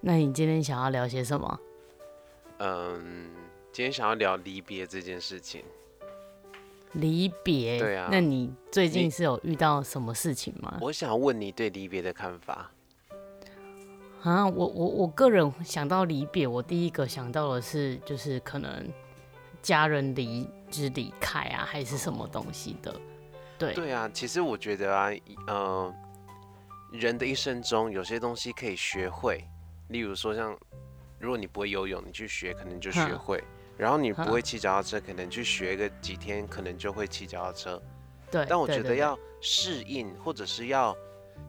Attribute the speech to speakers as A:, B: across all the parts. A: 那你今天想要聊些什么？
B: 嗯，今天想要聊离别这件事情。
A: 离别。
B: 对啊
A: 那你最近
B: 你
A: 是有遇到什么事情吗？
B: 我想问你对离别的看法。
A: 啊，我我我个人想到离别，我第一个想到的是就是可能家人离就是离开啊，还是什么东西的。对，
B: 对啊，其实我觉得啊，呃，人的一生中有些东西可以学会，例如说像，如果你不会游泳，你去学可能就学
A: 哼
B: 会；然后你不
A: 哼
B: 会骑脚踏车，可能去学个几天，可能就会骑脚踏车。
A: 对
B: 但我
A: 哎对对
B: 觉得
A: 对
B: 要适应，或者是要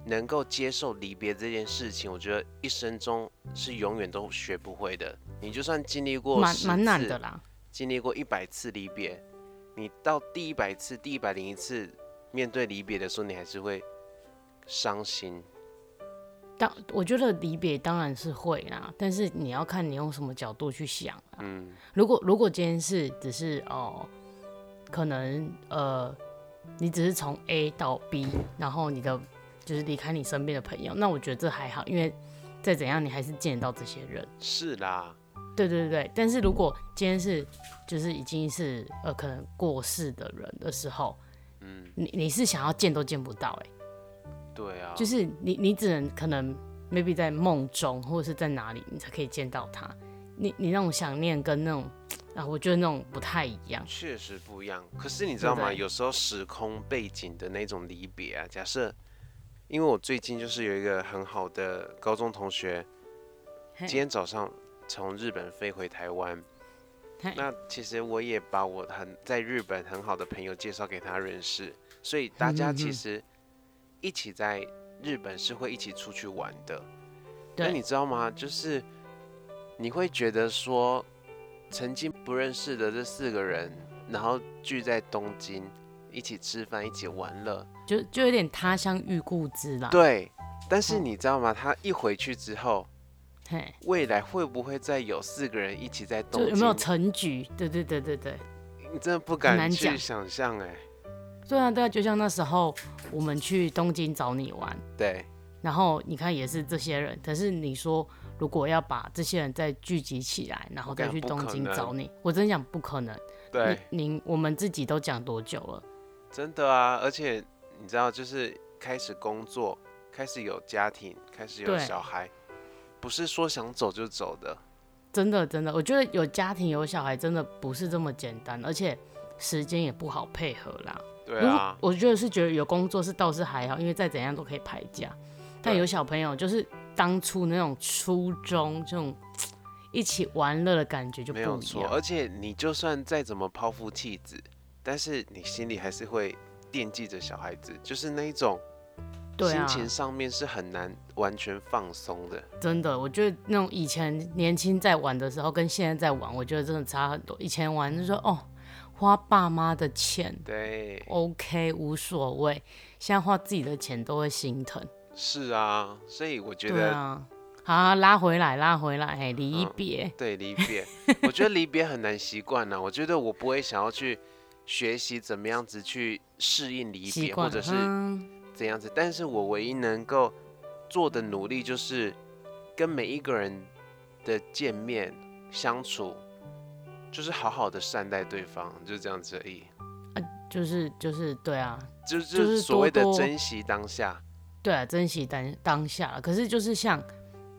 B: 能够接受离别这件事情，我觉得一生中是永远都学不会的。你就算经历过
A: 蛮
B: 10
A: 蛮难
B: 次
A: 的啦。
B: 经历过一百次离别，你到第一百次、第一百零一次面对离别的时候，你还是会伤心。
A: 当我觉得离别当然是会啦，但是你要看你用什么角度去想啊。
B: 嗯，
A: 如果如果今天是只是哦，可能呃，你只是从 A 到 B，然后你的就是离开你身边的朋友，那我觉得这还好，因为再怎样你还是见得到这些人。
B: 是啦，
A: 对对对，但是如果今天是就是已经是呃可能过世的人的时候，
B: 嗯，
A: 你你是想要见都见不到哎、
B: 对啊，
A: 就是你你只能可能 maybe 在梦中或者是在哪里你才可以见到他，你你那种想念跟那种啊，我觉得那种不太一样。
B: 确实不一样。可是你知道吗？
A: 对不对
B: 有时候时空背景的那种离别啊，假设，因为我最近就是有一个很好的高中同学，
A: 嘿
B: 今天早上从日本飞回台湾
A: 嘿。
B: 那其实我也把我很在日本很好的朋友介绍给他认识，所以大家
A: 嗯嗯
B: 其
A: 嗯
B: 实一起在日本是会一起出去玩的。那你
A: 对
B: 知道吗？就是你会觉得说，曾经不认识的这四个人，然后聚在东京一起吃饭、一起玩乐，
A: 就就有点他乡遇故知啦。
B: 对。但是
A: 啊嗯
B: 你知道吗？他一回去之后，
A: 嘿，
B: 未来会不会再有四个人一起在东
A: 就
B: 京？
A: 有没有成局？对对对对对，
B: 你真的不
A: 很
B: 敢
A: 难
B: 去
A: 讲
B: 想象哎、
A: 对啊对啊，就像那时候我们去东京找你玩，
B: 对，
A: 然后你看也是这些人，可是你说如果要把这些人再聚集起来，然后再
B: 我
A: 去
B: 跟你讲不
A: 东
B: 可
A: 京
B: 能
A: 找你，我真想不可能。
B: 对，
A: 您您我们自己都讲多久了？
B: 真的啊！而且你知道，就是开始工作，开始有家庭，开始有
A: 对
B: 小孩，不是说想走就走的。
A: 真的真的，我觉得有家庭有小孩真的不是这么简单，而且时间也不好配合啦。
B: 对
A: 如果
B: 啊，
A: 我觉得是觉得有工作是倒是还好，因为再怎样都可以排假。但
B: 对
A: 有小朋友，就是当初那种初中这种一起玩乐的感觉就不
B: 没
A: 一
B: 有错。
A: 样。
B: 而且你就算再怎么抛夫弃子，但是你心里还是会惦记着小孩子，就是那一种
A: 对
B: 心
A: 啊，
B: 情上面是很难完全放松的。
A: 真的，我觉得那种以前年轻在玩的时候跟现在在玩，我觉得真的差很多。以前玩就说哦，花爸妈的钱，
B: 对，
A: 哦 OK，无所谓。现在花自己的钱都会心疼。
B: 是啊，所以我觉
A: 对
B: 得
A: 啊，好啊拉回来，拉回来，嘿，离
B: 嗯
A: 别。
B: 对离 别，我觉得离别很难习惯呢。我觉得我不会想要去学习怎么样子去适应离
A: 习
B: 别，
A: 惯
B: 或
A: 了
B: 者是
A: 嗯
B: 怎样子。但是我唯一能够做的努力就是跟每一个人的见面相处，就是好好的善待对方，就这样子而已。
A: 就是就是对啊，
B: 就
A: 就是是
B: 所谓的
A: 多多
B: 珍惜当下，
A: 对啊，珍惜当当下了。可是就是像，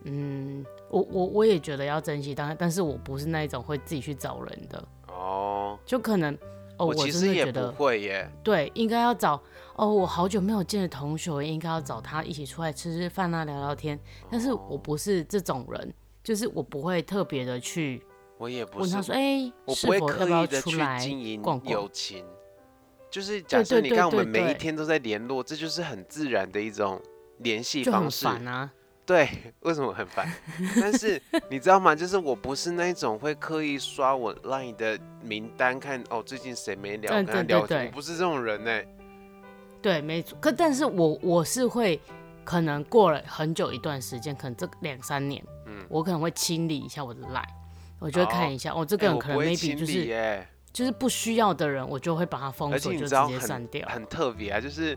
A: 嗯，我我我也觉得要珍惜当下，但是我不是那一种会自己去找人的，
B: 哦。
A: 就可能哦，我真
B: 其实
A: 的
B: 也
A: 觉
B: 不
A: 得
B: 会耶，
A: 对，应该要找哦，我好久没有见的同学，我应该要找他一起出来吃吃饭啊，聊聊天。但
B: 哦
A: 是我不是这种人，就是我不会特别的去
B: 我也不
A: 问
B: 是
A: 他，说，哎、
B: 我
A: 是
B: 不会
A: 否要
B: 刻
A: 不要
B: 意的
A: 出
B: 去
A: 来
B: 经营
A: 逛逛
B: 友情。就是假设
A: 对
B: 你
A: 对
B: 看我
A: 对
B: 们每一
A: 对
B: 天都在联络，这就是很自然的一种联系
A: 就很
B: 方式。
A: 烦啊。
B: 对， 为什么很烦？但是你知道吗？就是我不是那一种会刻意刷我 LINE 的名单看哦，最近谁没聊，
A: 对
B: 跟他
A: 嗯对对
B: 聊什么，
A: 对
B: 我不是这种人呢、
A: 对，没错。可但是我我是会，可能过了很久一段时间，可能这两三年，
B: 嗯
A: 我可能会清理一下我的 line，我就会看
B: 哦
A: 一下，哦，这
B: 这
A: 个人
B: 我
A: 可
B: 不
A: 能
B: 会
A: maybe
B: 清
A: 就
B: 理
A: 是、
B: 耶、
A: 就是不需要的人，我就会把它封
B: 而且
A: 锁，
B: 你
A: 就
B: 知
A: 直
B: 道
A: 接删
B: 很
A: 掉。
B: 很特别啊，就是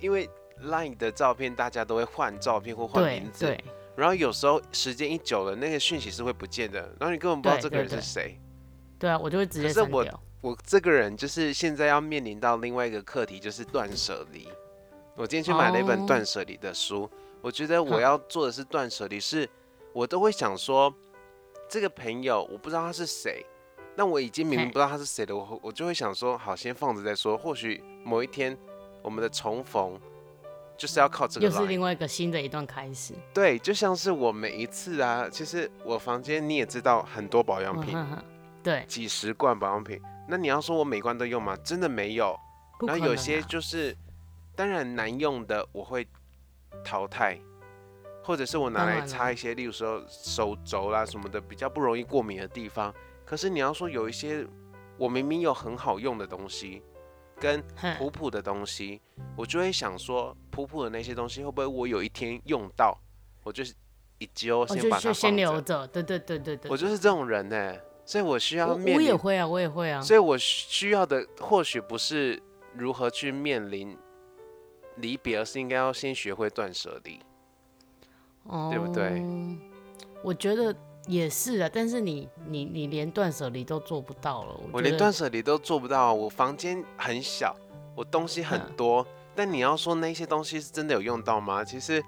B: 因为 LINE 的照片大家都会换照片或换
A: 对
B: 名字，
A: 对
B: 然后有时候时间一久了，那个讯息是会不见的，然后你根本不知道
A: 对
B: 这个人
A: 对
B: 是
A: 对
B: 谁。
A: 对啊，我就会直接
B: 可是
A: 删
B: 我
A: 掉。
B: 我这个人就是现在要面临到另外一个课题，就是断舍离。我今天去买了一本
A: 哦
B: 断舍离的书，我觉得我
A: 哼
B: 要做的是断舍离，是我都会想说，这个朋友我不知道他是谁，那我已经明明
A: 嘿
B: 不知道他是谁了，我会我就会想说，好，先放着再说，或许某一天我们的重逢就是要靠这个
A: 又是
B: line
A: 另外一个新的一段开始。
B: 对，就像是我每一次啊，其实我房间你也知道很多保养
A: 嗯
B: 品，
A: 哼哼，对，
B: 几十罐保养品，那你要说我每罐都用吗？真的没有。
A: 不可
B: 然
A: 能、
B: 后
A: 啊。
B: 有些就是，当然难用的我会淘汰，或者是我拿
A: 当
B: 来
A: 然
B: 擦
A: 啦
B: 一些，例如说手肘啦什么的，比较不容易过敏的地方。可是你要说有一些我明明有很好用的东西，跟
A: 哼
B: 普普的东西，我就会想说，普普的那些东西会不会我有一天用到，我就是一揪
A: 我
B: 先
A: 哦就
B: 把它
A: 就先
B: 放
A: 留
B: 着。
A: 着。对对对对对，
B: 我就是这种人呢、所以我需要
A: 我
B: 面
A: 我也
B: 临
A: 会啊，我也会啊。
B: 所以我需要的或许不是如何去面临离别，而是应该要先学会断舍离。
A: 哦，
B: 对不对？
A: 我觉得也是啊，但是你你你连断舍离都做不到了，
B: 我
A: 觉
B: 连
A: 得
B: 断舍离都做不到，啊我房间很小，我东西很
A: 嗯
B: 多，但你要说那些东西是真的有用到吗？其实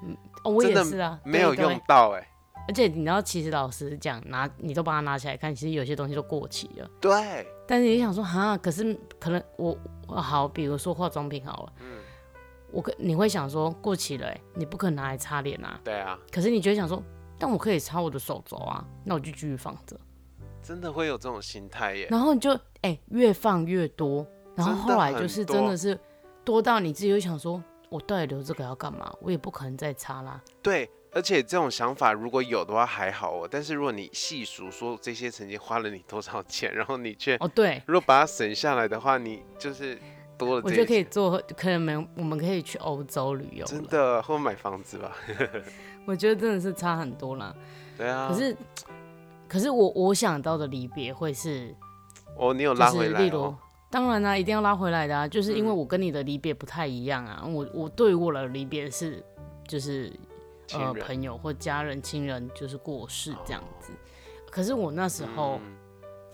A: 哦，我
B: 真
A: 也
B: 的
A: 是啊，
B: 没
A: 对
B: 有
A: 对
B: 用到、哎，
A: 而且你知道，其实老实讲，拿你都把它拿起来看，其实有些东西都过期了。
B: 对，
A: 但是你想说，哈，可是可能我我好，比如说化妆品好了，
B: 嗯，
A: 我可你会想说过期了、欸，你不可能拿来擦脸啊。
B: 对啊，
A: 可是你就会想说，但我可以擦我的手肘啊，那我就继续放着。
B: 真的会有这种心态耶。
A: 然后你就哎、越放越多，然后
B: 真的
A: 后来
B: 很
A: 就是
B: 多
A: 真的是多到你自己就想说，我到底留这个要干嘛？我也不可能再擦啦。
B: 对，而且这种想法如果有的话还好哦，但是如果你细数说这些曾经花了你多少钱，然后你却
A: 哦， 对，
B: 如果把它省下来的话，你就是多了这
A: 我
B: 一
A: 觉得可
B: 钱
A: 以做，可能没有我们可以去欧洲旅游
B: 真
A: 了。
B: 的，或买房子吧。
A: 我觉得真的是差很多啦。
B: 对啊。
A: 可是，可是我我想到的离别会是，
B: 哦，你有
A: 就
B: 拉回
A: 是
B: 来
A: 例如
B: 哦。，
A: 当然啦、一定要拉回来的啊，就是因为
B: 嗯
A: 我跟你的离别不太一样啊。我我对于我的离别是，就是
B: 亲
A: 呃
B: 人
A: 朋友或家人、亲人就是过世这样
B: 哦
A: 子。可是我那时候、
B: 嗯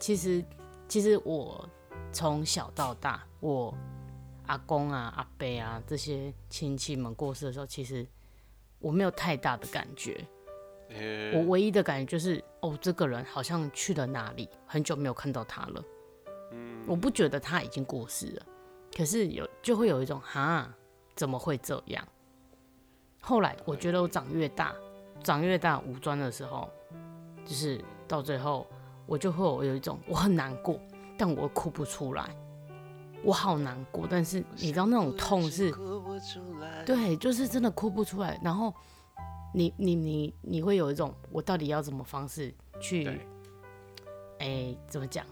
A: 其实其实我从小到大，我阿公啊、阿伯啊这些亲戚们过世的时候，其实我没有太大的感觉。
B: 呃
A: 我唯一的感觉就是，哦，这个人好像去了哪里，很久没有看到他了。
B: 嗯
A: 我不觉得他已经过世了，可是有就会有一种哈，怎么会这样？后来我觉得我长越大，长越大五专的时候，就是到最后我就会有有一种我很难过，但我哭不出来，我好难过，但是你知道那种痛是，对，就是真的哭不出来。然后你你你你会有一种我到底要怎么方式去
B: 对
A: 哎、怎么讲，
B: 呃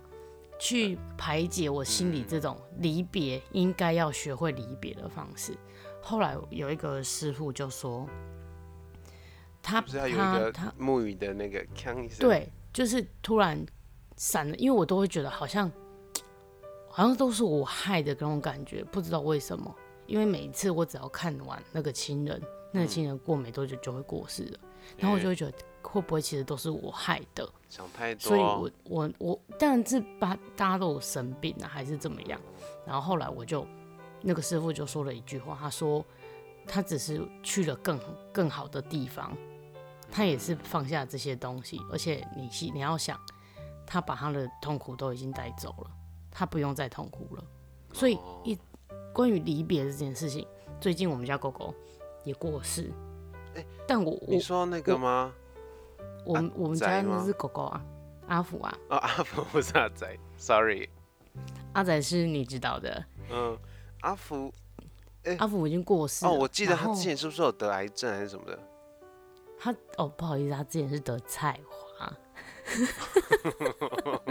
A: 去排解我心
B: 嗯
A: 里这种离别应该要学会离别的方式。后来有一个师傅就说，他
B: 是不是要有一
A: 他
B: 个
A: 他
B: 木语的那个腔一声？，
A: 对，就是突然闪了，因为我都会觉得好像好像都是我害的那种感觉，不知道为什么。因为每一次我只要看完那个亲人，那个亲人过没多久就会过世了，然后我就会觉得会不会其实都是我害的？
B: 想太多。
A: 所以我我我当然是把大家都有生病啊，还是怎么样？然后后来我就那个师傅就说了一句话，他说他只是去了更更好的地方，他也
B: 嗯
A: 是放下这些东西，而且你是你要想，他把他的痛苦都已经带走了，他不用再痛苦了。所以
B: 哦
A: 一关于离别这件事情，最近我们家狗狗也过世，
B: 哎
A: 但我我
B: 你说那个吗？
A: 我们我们家
B: 仔
A: 那
B: 吗
A: 只狗狗啊，阿福啊，
B: 哦， 阿福不是阿仔，sorry。
A: 阿仔是你知道的，
B: 嗯，阿福
A: 阿福已经过世了
B: 嗯哦，我记得
A: 然
B: 他
A: 后
B: 之前是不是有得癌症还是什么的？
A: 他哦，不好意思，他之前是得菜花， 就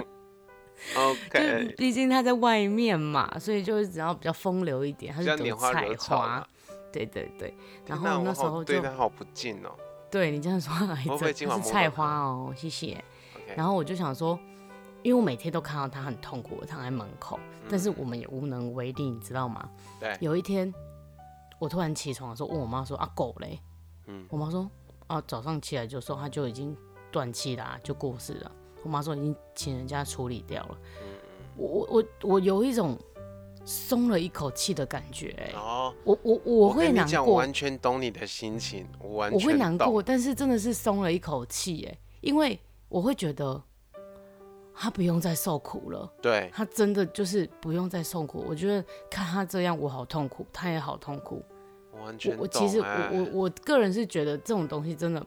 B: OK，
A: 毕竟他在外面嘛，所以就是只要比较风流一点，他
B: 比
A: 是
B: 较
A: 得
B: 拈花
A: 菜
B: 惹草
A: 花
B: 啦。。
A: 对对对，然
B: 天哪
A: 后那
B: 啊我
A: 时
B: 好
A: 候
B: 对
A: 就
B: 他好不敬哦。
A: 对你这样说癌
B: 我会不会今
A: 症，
B: 晚
A: 他是
B: 梦
A: 菜
B: 到他
A: 花哦，谢谢。
B: OK，
A: 然后我就想说，因为我每天都看到他很痛苦，躺在门口，但是
B: 嗯
A: 我们也无能为力，你知道吗？
B: 对，
A: 有一天，我突然起床的时候问我妈说：“啊，狗嘞？”
B: 嗯
A: 我妈说：“啊，早上起来就说他就已经断气啦、就过世了。我妈说已经请人家处理掉了。
B: 嗯
A: 我我我我有一种松了一口气的感觉、欸
B: 然后
A: 我我我
B: 跟
A: 会
B: 你
A: 难
B: 哦讲，我
A: 过，
B: 完全懂你的心情，我完
A: 我
B: 全
A: 会难
B: 懂
A: 过，但是真的是松了一口气哎、因为我会觉得他不用再受苦了，
B: 对，
A: 他真的就是不用再受苦。我觉得看他这样，我好痛苦，他也好痛苦。
B: 我完全
A: 我
B: 懂、
A: 我其实我
B: 哎
A: 我我个人是觉得这种东西真的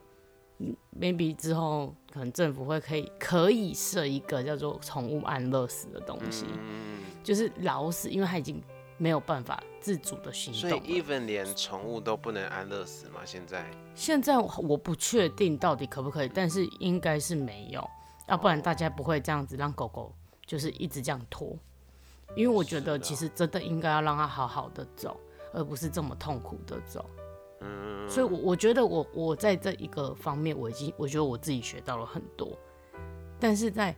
A: 嗯，maybe 之后可能政府会可以可以设一个叫做宠物安乐死的东西，
B: 嗯，
A: 就是老死，因为他已经没有办法自主的行
B: 所以
A: 动了。
B: even 连宠物都不能安乐死嘛？现在
A: 现在我不确定到底可不可以，但是应该是没有，要不然大家不会这样子让狗狗就是一直这样拖。因为我觉得
B: 是啊
A: 其实真的应该要让它好好的走，而不是这么痛苦的走。
B: 嗯，
A: 所以我，我觉得我我在这一个方面，我已经我觉得我自己学到了很多，但是在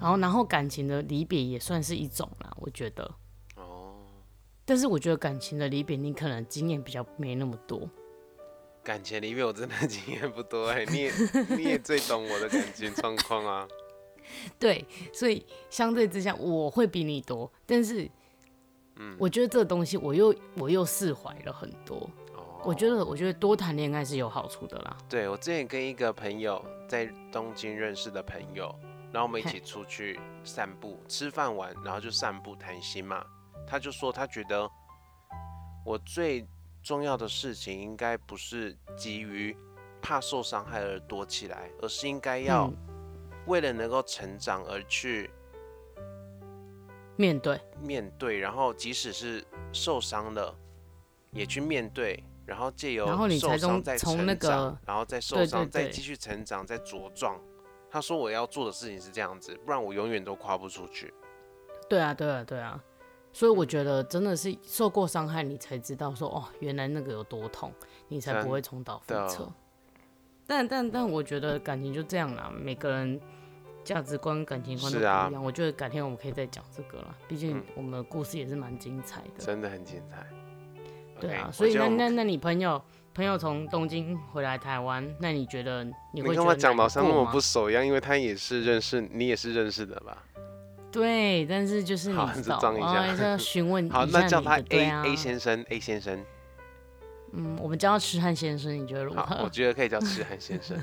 A: 然后然后感情的离别也算是一种啦，我觉得。
B: 哦，
A: 但是我觉得感情的离别，你可能经验比较没那么多。
B: 感情里面我真的 经验不多哎、你 也你也最懂我的感情状况啊。
A: 对，所以相对之下，我会比你多，但是，
B: 嗯
A: 我觉得这个东西，我又我又释怀了很多。
B: 哦，
A: 我觉得，我觉得多谈恋爱是有好处的啦。
B: 对我之前跟一个朋友在东京认识的朋友，然后我们一起
A: 嘿
B: 出去散步，吃饭完然后就散步谈心嘛。他就说他觉得我最重要的事情应该不是急于怕受伤害而躲起来，而是应该要
A: 嗯
B: 为了能够成长而去
A: 面对，
B: 面对，然后即使是受伤了，也去面对，然后借由
A: 然后你
B: 受
A: 才
B: 伤
A: 从
B: 再
A: 从
B: 成
A: 那
B: 长
A: 个，
B: 然后再受
A: 对
B: 伤，
A: 对
B: 再
A: 对
B: 继续成长，再茁壮。他说我要做的事情是这样子，不然我永远都跨不出去。
A: 对啊，对啊，对啊。所以我觉得真的是受过伤害，你才知道说哦，原来那个有多痛，你才
B: 真
A: 不会重蹈覆
B: 的
A: 辙。但但但，我觉得感情就这样啦，每个人价值观、感情观都
B: 是
A: 不一
B: 啊
A: 样。我觉得改天我们可以再讲这个啦，毕竟
B: 嗯
A: 我们的故事也是蛮精彩的。
B: 真的很精彩。
A: 对
B: OK，
A: 啊，
B: 我
A: 所以
B: 觉得
A: 那
B: 我们
A: 那那你朋友朋友从东京回来台湾，那你觉得你
B: 你
A: 会
B: 跟
A: 觉
B: 我
A: 得
B: 讲
A: 难
B: 到像跟我
A: 过
B: 不
A: 吗
B: 熟一样，因为他也是认识，你也是认识的吧？
A: 对，但是就是
B: 好
A: 你知
B: 这
A: 道，
B: 张一
A: 我
B: 下
A: 还是要询问一
B: 好，那
A: 下
B: 叫
A: 你
B: 他
A: 的
B: A、
A: 对啊
B: A 先生，A 先生。
A: 嗯，我们叫他痴汉先生，你觉得如
B: 好，我
A: 何？
B: 觉得可以叫痴汉先生。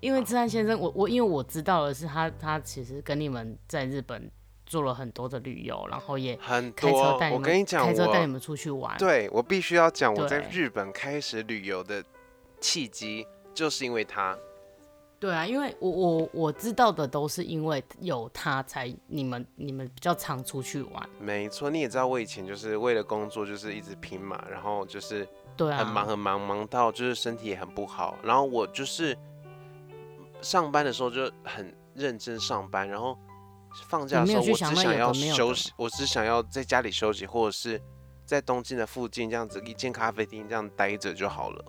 A: 因为痴汉先生，我我因为我知道的是他，他其实跟你们在日本做了很多的旅游，然后也
B: 很
A: 开车
B: 多
A: 带，你
B: 我
A: 们
B: 跟你讲，
A: 开车
B: 我
A: 带你们出去玩。
B: 对我必须要讲，我在
A: 对
B: 日本开始旅游的契机，就是因为他。
A: 对啊，因为我我我知道的都是因为有他才你们你们比较常出去玩。
B: 没错，你也知道，我以前就是为了工作，就是一直拼嘛，然后就是
A: 对啊，
B: 很忙很忙，忙到就是身体也很不好。然后我就是上班的时候就很认真上班，然后放假的
A: 你没
B: 时
A: 有
B: 候我
A: 去想
B: 只
A: 那
B: 想
A: 有的
B: 要
A: 没有的
B: 休息，我只想要在家里休息，或者是在东京的附近这样子一间咖啡厅这样待着就好了。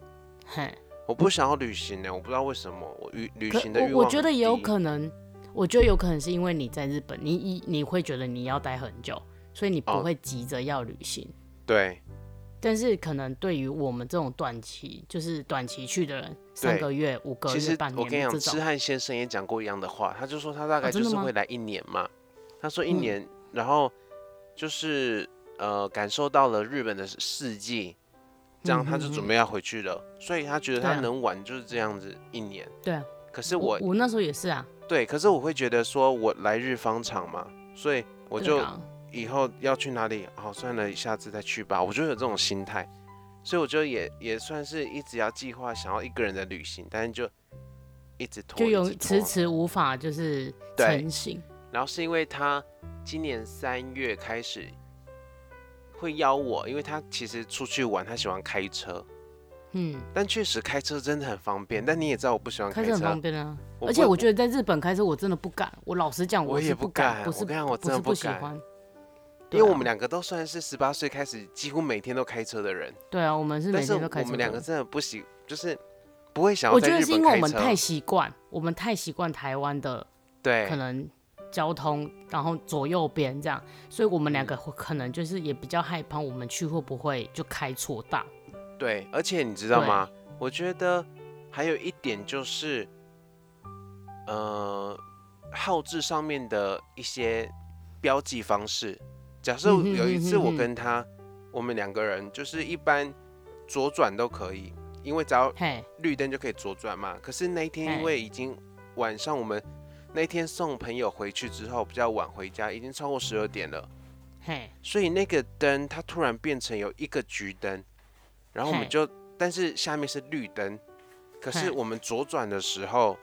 A: 嘿，
B: 我不想要旅行呢、欸我不知道为什么我旅
A: 嗯
B: 旅
A: 可
B: 行的欲
A: 我
B: 望
A: 我觉得
B: 很
A: 也有
B: 低
A: 可能，我觉得有可能是因为你在日本，你一你会觉得你要待很久，所以你
B: 哦
A: 不会急着要旅行。
B: 对。
A: 但是可能对于我们这种短期，就是短期去的人，三个月、五个
B: 其
A: 月、
B: 实
A: 半
B: 我跟你
A: 年
B: 讲，
A: 这
B: 痴
A: 种，哦
B: 汉先生也讲过一样的话，他就说他大概就
A: 真的
B: 是
A: 吗
B: 会来一年嘛。他说一
A: 嗯
B: 年，然后就是呃感受到了日本的四季，这样他就准备要回去了，所以他觉得
A: 嗯对
B: 他
A: 啊
B: 能玩就是这样子一年。
A: 对啊，
B: 可是
A: 我
B: 我
A: 我那时候也是啊，
B: 对，可是我会觉得说我来日方长嘛，所以我
A: 对
B: 就
A: 啊
B: 以后要去哪里，好、算了，下次再去吧。我就有这种心态，所以我就也也算是一直要计划想要一个人的旅行，但是就一直拖，
A: 就
B: 一
A: 有
B: 直拖
A: 迟迟无法就是
B: 对
A: 成型，
B: 然后是因为他今年三月开始会邀我，因为他其实出去玩，他喜欢开车，
A: 嗯，
B: 但确实开车真的很方便。但你也知道我不喜欢
A: 开
B: 开
A: 车很方
B: 车，
A: 便啊。
B: 我
A: 而且
B: 不
A: 我觉得在日本开车我真的不敢，我老实讲，
B: 我也
A: 是
B: 不
A: 敢，
B: 敢
A: 不是
B: 我跟你讲我真
A: 不
B: 的
A: 是
B: 不
A: 喜
B: 敢
A: 欢，
B: 因为
A: 对啊
B: 我们两个都算是十八岁开始几乎每天都开车的人，
A: 对啊，我们是每
B: 但是
A: 天都
B: 我
A: 开车的
B: 们两个
A: 人。
B: 真的不喜，就是不会想要
A: 我
B: 在
A: 觉
B: 日
A: 得
B: 本
A: 是因为我
B: 开
A: 们
B: 车
A: 太习惯，我们太习惯台湾的可
B: 对
A: 能交通，然后左右边这样，所以我
B: 嗯
A: 们两个会可能就是也比较害怕，我们去会不会就开错道？
B: 对，而且你知道吗？我觉得还有一点就是，呃，号志上面的一些标记方式。假设
A: 嗯哼
B: 有一次
A: 嗯哼嗯
B: 我
A: 哼
B: 跟他，我们两个人就是一般左转都可以，因为只要
A: 嘿，
B: 绿灯就可以左转嘛。可是那一天因
A: 嘿
B: 为已经晚上，我们那天送朋友回去之后比较晚回家，已经超过十二点了，
A: 嘿，
B: 所以那个灯它突然变成有一个橘灯，然后我们
A: 嘿
B: 就，但是下面是绿灯，可是
A: 嘿
B: 我们左转的时候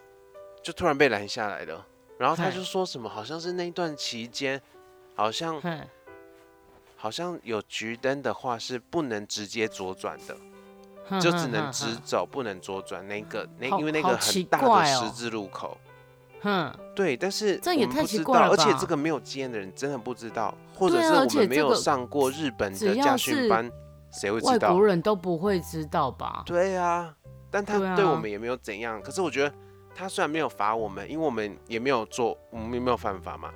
B: 就突然被拦下来了，然后他
A: 嘿
B: 就说什么好像是那一段期间，好像
A: 嘿，
B: 好像有橘灯的话是不能直接左转的。
A: 哼
B: 就
A: 嗯哼
B: 只能
A: 哼
B: 直走，不能左转。那个那
A: 好
B: 因为那
A: 好
B: 个很
A: 奇
B: 大的
A: 怪哦
B: 十字路口，
A: 哼，哼
B: 对，但是
A: 这
B: 我
A: 也
B: 们
A: 太
B: 不
A: 奇
B: 知
A: 怪
B: 道
A: 了
B: 而且
A: 吧
B: 这个没有经验的人真的不知道，或者
A: 对啊
B: 是
A: 而
B: 我
A: 且
B: 们没
A: 这
B: 有
A: 个
B: 上过日本
A: 只
B: 的
A: 要
B: 驾训
A: 是
B: 班，谁会知
A: 外
B: 道
A: 国？人都不会知道吧？
B: 对啊，但他
A: 对
B: 对我
A: 啊
B: 们也没有怎样。可是我觉得他虽然没有罚我们，因为我们也没有做，我们也没有犯法嘛。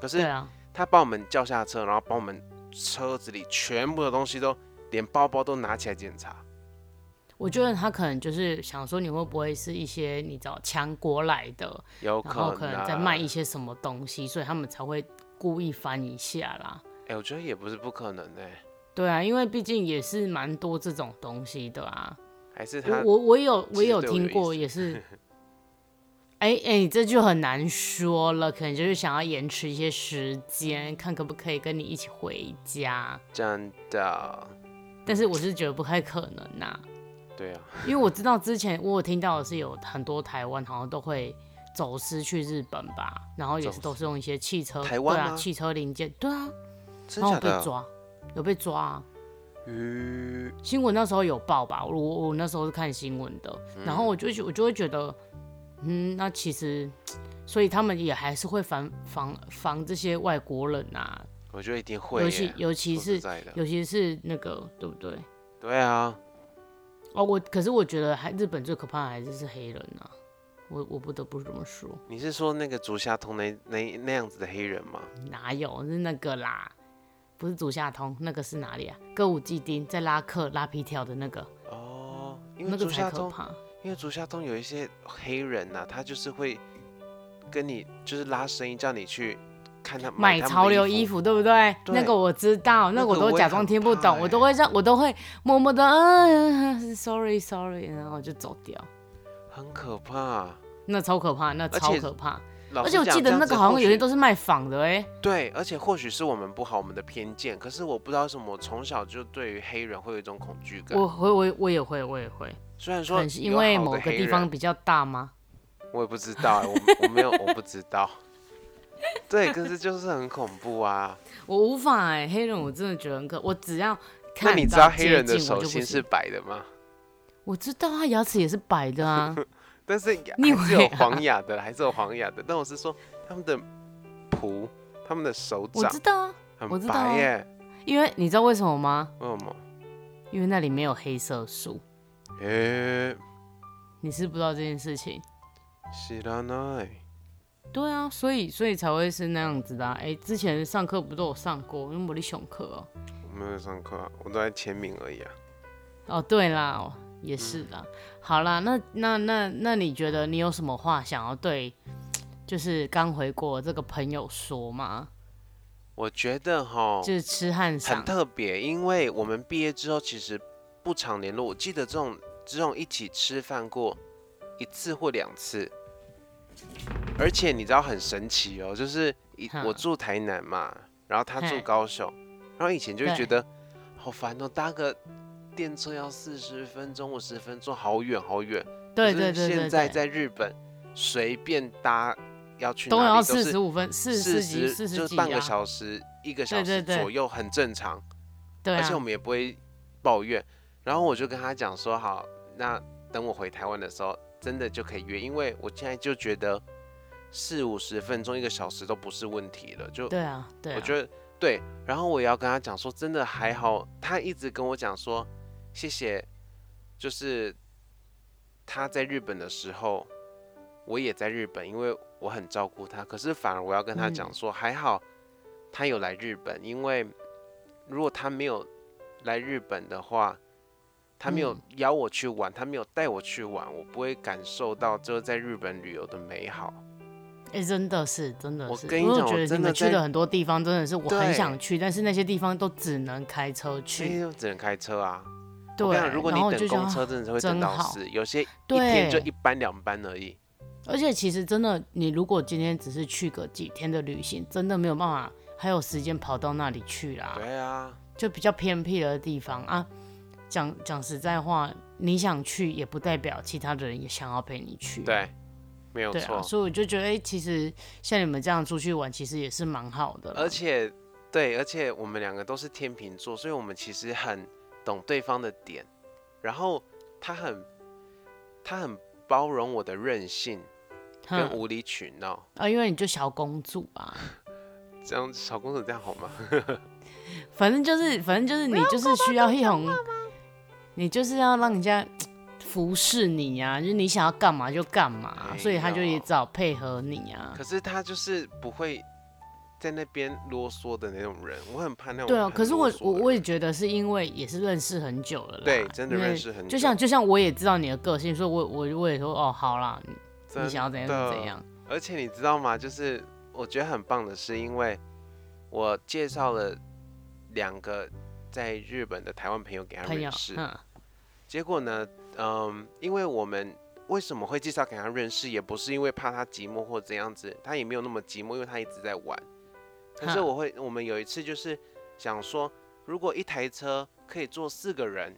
B: 可
A: 对
B: 是
A: 啊，
B: 他把我们叫下车，然后把我们车子里全部的东西都，连包包都拿起来检查。
A: 我觉得他可能就是想说你会不会是一些你知道强国来的，
B: 有
A: 然后
B: 可
A: 可
B: 能啊
A: 能在卖一些什么东西，所以他们才会故意翻一下啦。
B: 哎、我觉得也不是不可能哎、
A: 对啊，因为毕竟也是蛮多这种东西的啊。
B: 还是他
A: 我我我有
B: 其
A: 我
B: 实
A: 有
B: 对我有
A: 听
B: 意
A: 过，
B: 思
A: 也是，哎哎、这就很难说了，可能就是想要延迟一些时间，看可不可以跟你一起回家。
B: 真的，
A: 但是我是觉得不太可能呐、
B: 对啊，
A: 因为我知道之前我有听到的是有很多台湾好像都会走私去日本吧，然后也
B: 走
A: 是都是用一些汽车，
B: 台湾
A: 对
B: 吗
A: 啊，汽车零件，对啊，
B: 真
A: 然后有
B: 假
A: 被
B: 的？啊
A: 抓，有被抓、啊。
B: 嗯，
A: 新闻那时候有报吧，我我我那时候是看新闻的，
B: 嗯
A: 然后我就觉我就会觉得，嗯，那其实，所以他们也还是会防防防这些外国人啊，
B: 我觉得一定会
A: 尤其
B: 耶，
A: 尤其
B: 说实
A: 是
B: 在的，
A: 尤其是那个对不对？
B: 对啊，
A: 哦，我可是我觉得还日本最可怕的还是是黑人啊，我我不得不这么说，
B: 你是说那个竹下通那那那样子的黑人吗？
A: 哪有是那个啦，不是足下通，那个是哪里啊？歌舞伎町在拉客拉皮条的那个，
B: 哦，因为
A: 那个
B: 竹
A: 才
B: 下
A: 可
B: 通，
A: 怕。
B: 因为竹下通有一些黑人呐、他就是会跟你就是拉生意，叫你去看他
A: 买
B: 他们
A: 潮
B: 的
A: 流
B: 衣
A: 服，对不对？
B: 对
A: 那个我知道，
B: 那
A: 那
B: 个
A: 我都
B: 我也
A: 假装
B: 很
A: 听不
B: 怕
A: 懂，我都
B: 欸
A: 会让我都会默默的，嗯，sorry sorry，然后就走掉。
B: 很可怕。
A: 那超可怕，那
B: 而
A: 超
B: 且
A: 可怕。
B: 老
A: 而
B: 实
A: 且我
B: 讲
A: 记得
B: 这样
A: 那个
B: 子
A: 好
B: 或
A: 像有些
B: 许
A: 都是卖仿的、欸，
B: 对，而且或许是我们不好，我们的偏见。可是我不知道为什么，我从小就对于黑人会有一种恐惧感。
A: 我会，我也我也会，我也会。
B: 虽然
A: 可
B: 说
A: 能是因
B: 有
A: 为
B: 好
A: 某
B: 的
A: 个
B: 黑
A: 地
B: 人
A: 方比较大吗？
B: 我也不知道、欸，我我没有，我不知道。 对，可是就是很恐怖啊。
A: 我无法哎、黑人我真的觉得很可，我只要看
B: 那你知
A: 到
B: 道黑
A: 接
B: 人的
A: 近我
B: 手
A: 就不
B: 心是
A: 行，
B: 白的吗？
A: 我知道他牙齿也是白的 啊，
B: 但是也
A: 你以
B: 还是
A: 为
B: 有
A: 啊
B: 黄雅的，还是有黄雅的。但我是说他们的蹼，他们的手
A: 我知
B: 掌
A: 道啊，我
B: 很
A: 知道
B: 白
A: 啊
B: 耶、
A: 因为你知道为什么吗？
B: 为什么？
A: 因为那里没有黑色素。
B: 诶、
A: 你是不知道这件事情。
B: 知らない。
A: 对啊，所以所以才会是那样子的、啊。哎、之前上课不都有上过，因为我的熊课哦。
B: 我没有上课、啊，我都在签名而已啊。
A: 哦，对啦，哦也是啦。好啦，那那那那你觉得你有什么话想要对，就是刚回国的这个朋友说吗？
B: 我觉得哈，
A: 就是痴汉
B: 很
A: 上，
B: 特别，因为我们毕业之后其实不常联络。我记得这种这种一起吃饭过一次或两次，而且你知道很神奇哦，就是以
A: 哈
B: 我住台南嘛，然后他住
A: 嘿
B: 高雄，然后以前就会
A: 对
B: 觉得好烦哦，搭个电车要四十分钟、五十分钟，好远好远。
A: 对
B: 可
A: 对
B: 是
A: 对
B: 现
A: 对
B: 在
A: 对，
B: 在日本随便搭要去
A: 都
B: 哪里
A: 要
B: 都
A: 四
B: 是
A: 十五分，四
B: 四
A: 十几，
B: 十
A: 四十
B: 就是
A: 几
B: 半个
A: 啊，
B: 小时、一个小
A: 对对
B: 时
A: 对
B: 左右，很正常。
A: 对
B: 而且我
A: 啊，
B: 们也不会抱怨。然后我就跟他讲说，好，那等我回台湾的时候，真的就可以约，因为我现在就觉得四五十分钟、一个小时都不是问题了。就
A: 对啊，对啊，
B: 我觉得对。然后我也要跟他讲说，真的还好，他一直跟我讲说，谢谢，就是他在日本的时候，我也在日本，因为我很照顾他。可是反而我要跟他讲
A: 嗯
B: 说，还好他有来日本，因为如果他没有来日本的话，他没
A: 嗯
B: 有邀我去玩，他没有带我去玩，我不会感受到就是在日本旅游的美好。
A: 哎、真的是，真的
B: 我
A: 是。
B: 跟你
A: 因为
B: 讲我
A: 觉得
B: 真
A: 你
B: 的
A: 们去
B: 在
A: 了很多地方，真的是我很
B: 对
A: 想去，但是那些地方都只能开车
B: 所以
A: 去。
B: 哎就只能开车啊。我跟
A: 对
B: 你讲，如，果
A: 然
B: 你
A: 后就
B: 等
A: 想
B: 公车，真的是会
A: 真
B: 等到
A: 好
B: 死，有些一
A: 对
B: 天就一班两班而已。
A: 而且其实真的，你如果今天只是去个几天的旅行，真的没有办法，还有时间跑到那里去啦，
B: 对啊，
A: 就比较偏僻的地方啊。讲讲实在话，你想去也不代表其他的人也想要陪你去。
B: 对，没有
A: 嗯对
B: 错
A: 啊，。所以我就觉得，哎、其实像你们这样出去玩，其实也是蛮好的啦。
B: 而且，对，而且我们两个都是天秤座，所以我们其实很懂对方的点。然后他很，他很包容我的任性跟
A: 哼
B: 无理取闹。
A: 啊，因为你就小公主啊，
B: 这样小公主这样好吗？
A: 反正就是，反正就是你就是需要一种，你就是要让人家服侍你啊，就是你想要干嘛就干嘛啊、
B: 没
A: 所以他就
B: 有
A: 也只好配合你啊
B: 可。是他就是不会在那边啰嗦的那种人，我很怕那种。
A: 对啊，可是我我我
B: 也
A: 也觉得是因为也是认识很久了啦，
B: 对真的
A: 因为
B: 认识很久
A: 就像就像我也知道你的个性，所以我我我也说哦，好啦，你你想要怎样就怎。样，
B: 而且你知道吗？就是我觉得很棒的是，因为我介绍了两个在日本的台湾朋友给他
A: 朋友
B: 认，识，
A: 嗯，
B: 结果呢，嗯，因为我们为什么会介绍给他认识，也不是因为怕他寂寞或怎样子，他也没有那么寂寞，因为他一直在玩。可是
A: 哈
B: 我会，我们有一次就是想说，如果一台车可以坐四个人，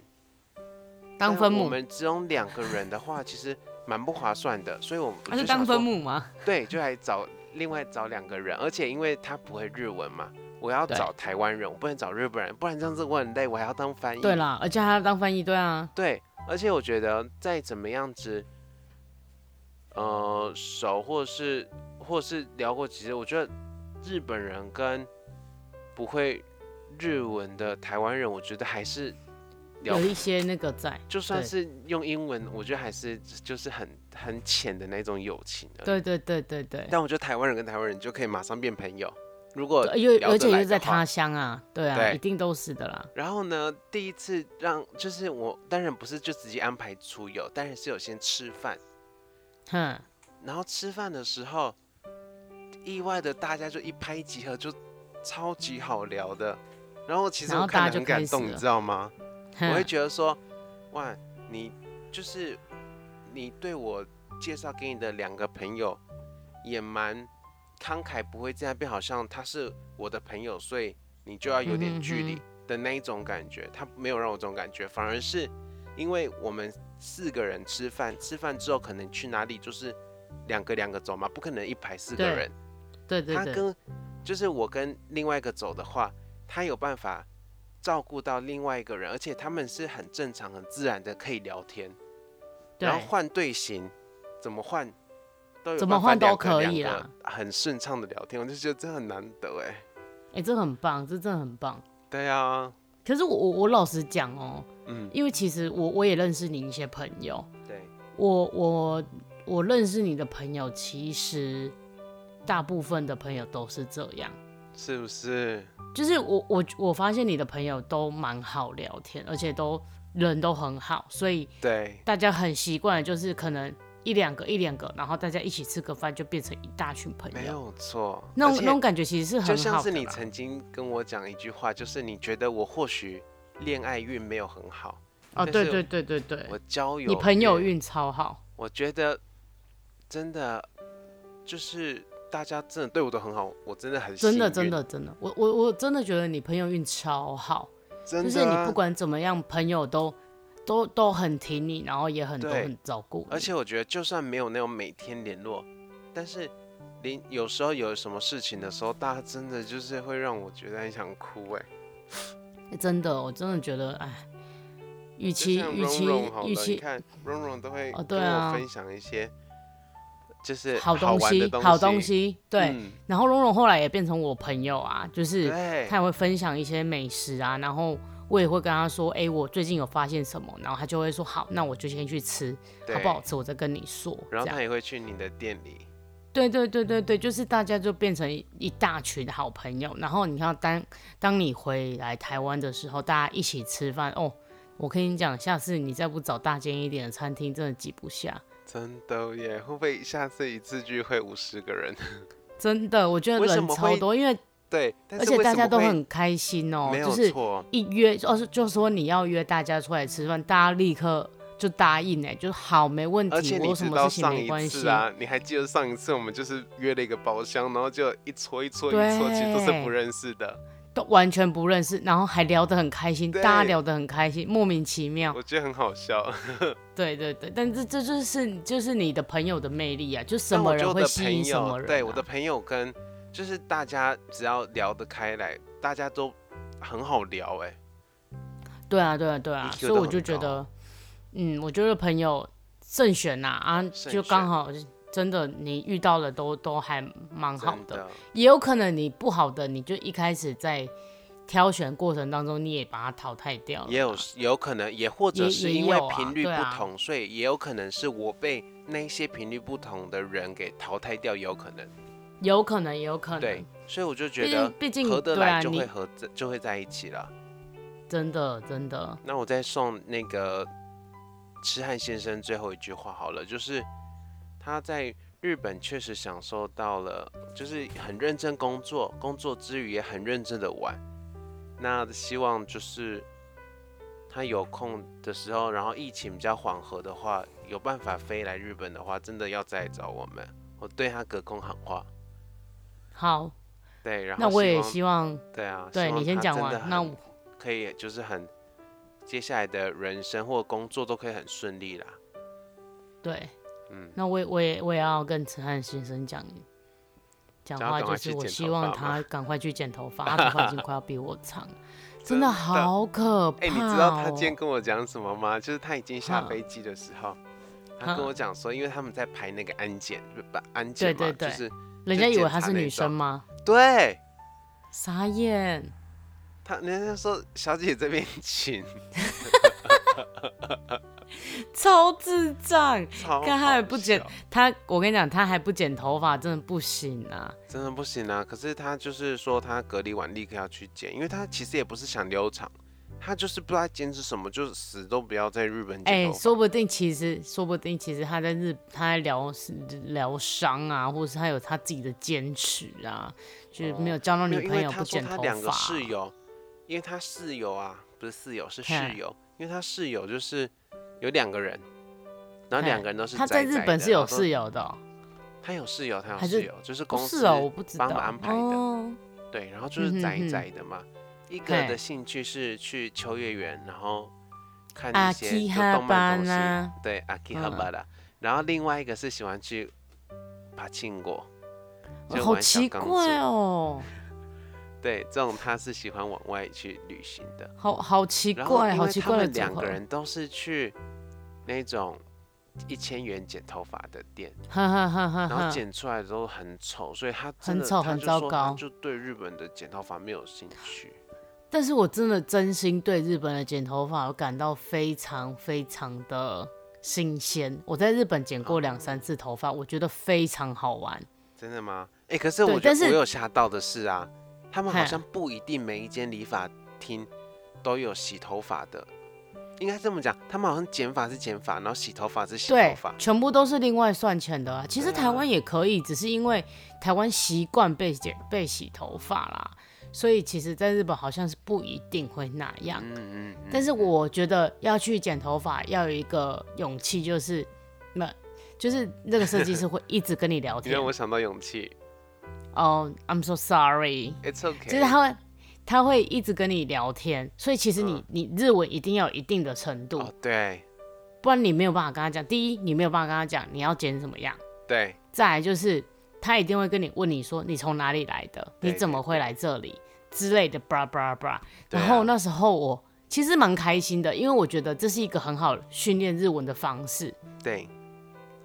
A: 当
B: 但
A: 分
B: 我
A: 母，
B: 们只有两个人的话，其实蛮不划算的，所以我们
A: 他是啊当分母吗？
B: 对，就还找另外找两个人，而且因为他不会日文嘛，我要
A: 对
B: 找台湾人，我不能找日本人，不然这样子我很累，我还要当翻译。
A: 对啦，而且他当翻译，对啊，
B: 对，而且我觉得再怎么样子，呃，熟或是或是聊过几次，我觉得日本人跟不会日文的台湾人，我觉得还是聊
A: 有，一些那个在，
B: 就算
A: 对
B: 是用英文，我觉得还是就是很很浅的那种友情而已。
A: 对对对对对。
B: 但我觉得台湾人跟台湾人就可以马上变朋友，如果
A: 对又
B: 聊
A: 而
B: 得
A: 且
B: 来
A: 又
B: 的
A: 在
B: 话
A: 他乡啊，对啊，
B: 对
A: 一定都是的啦。
B: 然后呢，第一次让就是我当然不是就直接安排出游，当然是有先吃饭。
A: 哼，
B: 然后吃饭的时候，意外的大家就一拍即合，就超级好聊的。然后其实
A: 然
B: 我
A: 后大
B: 看
A: 家
B: 得很
A: 就开
B: 感
A: 始
B: 动，你
A: 了
B: 知道吗？我会
A: 哼，
B: 觉得说，哇，你就是你对我介绍给你的两个朋友也蛮慷慨，不会在那边好像他是我的朋友，所以你就要有
A: 嗯哼
B: 点距
A: 哼
B: 离的那一种感觉。他没有让我这种感觉，反而是因为我们四个人吃饭，吃饭之后可能去哪里就是两个两个走嘛，不可能一排四个
A: 对
B: 人。
A: 对对
B: 他
A: 对，
B: 跟就是我跟另外一个走的话，他有办法照顾到另外一个人，而且他们是很正常、很自然的可以聊天，然后
A: 对，
B: 换队形怎么换都有
A: 怎
B: 办
A: 么
B: 法
A: 换都
B: 两个
A: 可
B: 两
A: 以
B: 个
A: 啦
B: 很顺畅的聊天，我就觉得这很难得哎。
A: 哎，这很棒，这真的很棒。
B: 对啊，
A: 可是我我我老实讲哦，
B: 嗯，
A: 因为其实我我也认识你一些朋友，
B: 对，
A: 我我我认识你的朋友，其实大部分的朋友都是这样，
B: 是不是？
A: 就是我我我发现你的朋友都蛮好聊天，而且都人都很好，所以
B: 对，
A: 大家很习惯，就是可能一两个一两个，然后大家一起吃个饭，就变成一大群朋
B: 没
A: 友。
B: 有错。
A: 那
B: 而
A: 种
B: 且
A: 那种感觉其实是很好
B: 就
A: 的啦。
B: 像是你曾经跟我讲一句话，就是你觉得我或许恋爱运没有很好，
A: 哦，
B: 但
A: 对
B: 是
A: 对对对对
B: 我，交友
A: 你朋友
B: 运
A: 运超好，
B: 我觉得真的就是大家真的对我都很好，我真的很
A: 真的
B: 幸
A: 真
B: 运
A: 的真的，我我我真的觉得你朋友运超好，
B: 真的啊，
A: 就是你不管怎么样，朋友都都都很挺你，然后也很都
B: 对
A: 很照顾你，
B: 而且我觉得就算没有那种每天联络，但是连有时候有什么事情的时候，大家真的就是会让我觉得很想哭哎、
A: 欸真的我真的觉得，哎，与
B: 就
A: 其
B: 像
A: 与
B: Ron
A: 其
B: Ron 好了，
A: 与
B: 你
A: 其
B: 看 Ron Ron 都会
A: 哦
B: 跟
A: 对
B: 我
A: 啊
B: 分享一些就是
A: 好
B: 好
A: 东
B: 玩的
A: 西
B: 东
A: 好东，西，对。
B: 嗯
A: 然后蓉蓉后来也变成我朋友啊，就是
B: 对
A: 他也会分享一些美食啊，然后我也会跟他说，哎、我最近有发现什么，然后他就会说好，那我就先去吃，
B: 对
A: 好不好？吃我再跟你说。
B: 然后
A: 这样
B: 他也会去你的店里，
A: 对对对对对，就是大家就变成一一大群好朋友，然后你看当当你回来台湾的时候，大家一起吃饭哦，我跟你讲，下次你再不找大间一点的餐厅，真的挤不下。
B: 真的耶，会不会下次一次聚会五十个人？
A: 真的，我觉得
B: 为什
A: 人
B: 么
A: 超
B: 会
A: 多，因为
B: 对，但
A: 而
B: 是
A: 且
B: 为
A: 大
B: 什
A: 家
B: 么
A: 都
B: 会
A: 很开心哦、
B: 没有
A: 就是
B: 错，
A: 一约，哦，是就说你要约大家出来吃饭，大家立刻就答应哎、就好，没问
B: 而
A: 题，
B: 且
A: 我
B: 你
A: 有什
B: 知
A: 么
B: 道
A: 事情
B: 上
A: 没
B: 一
A: 关系
B: 次。啊，你还记得上一次我们就是约了一个包厢，然后就一撮一撮一撮，其实都是
A: 对
B: 不认识的。
A: 都完全不认识，然后还聊得很开心，
B: 对
A: 大家聊得很开心，莫名其妙。
B: 我觉得很好笑。
A: 对对对，但这这就是就是你的朋友的魅力啊，就什
B: 但
A: 么
B: 我觉得
A: 人
B: 我
A: 会
B: 的
A: 吸引
B: 朋
A: 什么
B: 友，
A: 人、啊。
B: 对我的朋友跟就是大家只要聊得开来，大家都很好聊哎、
A: 对啊对啊对啊，
B: EQ
A: 所以
B: 都
A: 我
B: 很
A: 就觉
B: 高
A: 得，嗯，我觉得朋友慎选呐啊，
B: 慎
A: 就
B: 选
A: 刚好真的你遇到了都都还蛮好
B: 真
A: 的，
B: 的。
A: 也有可能你不好的，你就一开始在挑选过程当中你也把它淘汰掉了嘛，
B: 也有有可能，也或者
A: 也
B: 是
A: 也
B: 因为
A: 有啊
B: 频率
A: 对
B: 不
A: 啊
B: 同，所以也有可能是我被那些频率不同的人给淘汰掉，有可能。
A: 有可能也有可能，
B: 对，所以我就觉
A: 嗯毕竟毕
B: 得
A: 竟
B: 合得
A: 对啊，
B: 来就
A: 你
B: 会合在就会在一起了。
A: 真的真的，
B: 那我再送那个痴汉先生最后一句话好了，就是他在日本确实享受到了，就是很认真工作，工作之余也很认真的玩。那希望就是他有空的时候，然后疫情比较缓和的话，有办法飞来日本的话，真的要再来找我们。我对他隔空喊话，
A: 好，
B: 对，然后
A: 那我也
B: 希
A: 希望，
B: 望对啊，
A: 对
B: 希望
A: 你先
B: 他
A: 讲
B: 真的
A: 完，那
B: 很
A: 我
B: 可以就是很接下来的人生或工作都可以很顺利啦。
A: 对，
B: 嗯，
A: 那我也我也我也要跟陈汉先生讲讲
B: 叫他
A: 话，
B: 赶
A: 就
B: 快
A: 是
B: 去
A: 我
B: 剪
A: 希
B: 头
A: 望
B: 发吗
A: 他赶快去剪头发，他头发已经快要比我长，真
B: 的
A: 的好可怕、哦！
B: 哎、你知道他今天跟我讲什么吗？就是他已经下飞机的时候，他跟我讲说，因为他们在排那个安检，不不安检嘛，
A: 对对
B: 就是
A: 人家以为她
B: 检查
A: 是
B: 那
A: 女生
B: 种
A: 吗？
B: 对
A: 傻眼，
B: 他，人家说小姐这边 请，
A: 超智障！
B: 超
A: 看他
B: 好
A: 也不剪
B: 笑，
A: 他，我跟你讲，他还不剪头发，真的不行啊！
B: 真的不行啊。可是他就是说他隔离完立刻要去检，因为他其实也不是想留场，他就是不知道他坚持什么，就是死都不要在日本
A: 哎、
B: 剪头发。
A: 说不定其实，说不定其实他在日，他在疗疗伤啊，或者是他有他自己的坚持啊，就是没有交到
B: 没有，
A: 女
B: 哦因
A: 朋
B: 为
A: 友
B: 他
A: 不
B: 说
A: 剪
B: 他
A: 头
B: 两个
A: 发、
B: 室友，因为他室友啊，不是室友是室
A: 嘿
B: 友，因为他室友就是有两个人，然后两
A: 嘿
B: 个人都是
A: 他在
B: 宅
A: 日
B: 宅
A: 本
B: 的
A: 是有，
B: 然
A: 室
B: 后
A: 友的哦、
B: 都他有室友，他有
A: 还
B: 室
A: 是
B: 友，就是
A: 不
B: 公司
A: 是哦，我不知道。
B: 帮忙安排的
A: 哦、
B: 对，然后就是
A: 嗯
B: 宅
A: 哼
B: 宅的嘛。一个的
A: 嘿
B: 兴趣是去秋叶原，然后看
A: 阿
B: 一些
A: 基
B: 就
A: 哈
B: 动漫
A: 巴
B: 东西，
A: 呢？
B: 对阿基哈
A: 嗯
B: 巴的。然后另外一个是喜欢去爬庆果，就
A: 好
B: 玩小
A: 奇
B: 钢
A: 怪
B: 珠
A: 哦，
B: 对，这种他是喜欢往外去旅行的。
A: 好好奇
B: 然后
A: 怪，
B: 因
A: 好
B: 为
A: 奇
B: 他
A: 怪的
B: 们
A: 组
B: 两
A: 合哦
B: 个。人都是去那种一千元剪头发的店，
A: 哈哈哈哈
B: 然后
A: 哈！
B: 剪出来都很丑，所以他真
A: 很
B: 的
A: 丑
B: 他
A: 很
B: 就
A: 糟
B: 说他
A: 糕
B: 就对日本的剪头发没有兴趣。
A: 但是我真的真心对日本的剪头发我感到非常非常的新鲜。我在日本剪
B: 啊
A: 过两三次头发，我觉得非常好玩。
B: 真的吗？哎、可是
A: 对
B: 我觉
A: 但
B: 得我
A: 是
B: 有吓到的是啊，他们好
A: 嗨
B: 像不一定每一间理发厅都有洗头发的，应该这么讲，他们好像剪发是剪发，然后洗头发是洗头
A: 对
B: 发，。
A: 全部都是另外算钱的啊。其实
B: 对啊
A: 台湾也可以，只是因为台湾习惯被剪被洗头发啦，所以其实在日本好像是不一定会那样。
B: 嗯嗯嗯。
A: 但是我觉得要去剪头发要有一个勇气，就是那就是那个设计师会一直跟你聊
B: 你
A: 天
B: 让。我想到勇气
A: 哦、i m so sorry，
B: ，It's okay。
A: 就是他会他会一直跟你聊天，所以其实你、你日文一定要有一定的程度，
B: 嗯哦，对
A: 不然你没有办法跟他讲。第一，你没有办法跟他讲你要剪什么样；
B: 对，
A: 再来就是他一定会跟你问你说你从哪里来的，
B: 对
A: 你怎么会来这里之类的，bra bra bra。
B: 对
A: 然
B: 啊
A: 后那时候我其实蛮开心的，因为我觉得这是一个很好训练日文的方式。
B: 对，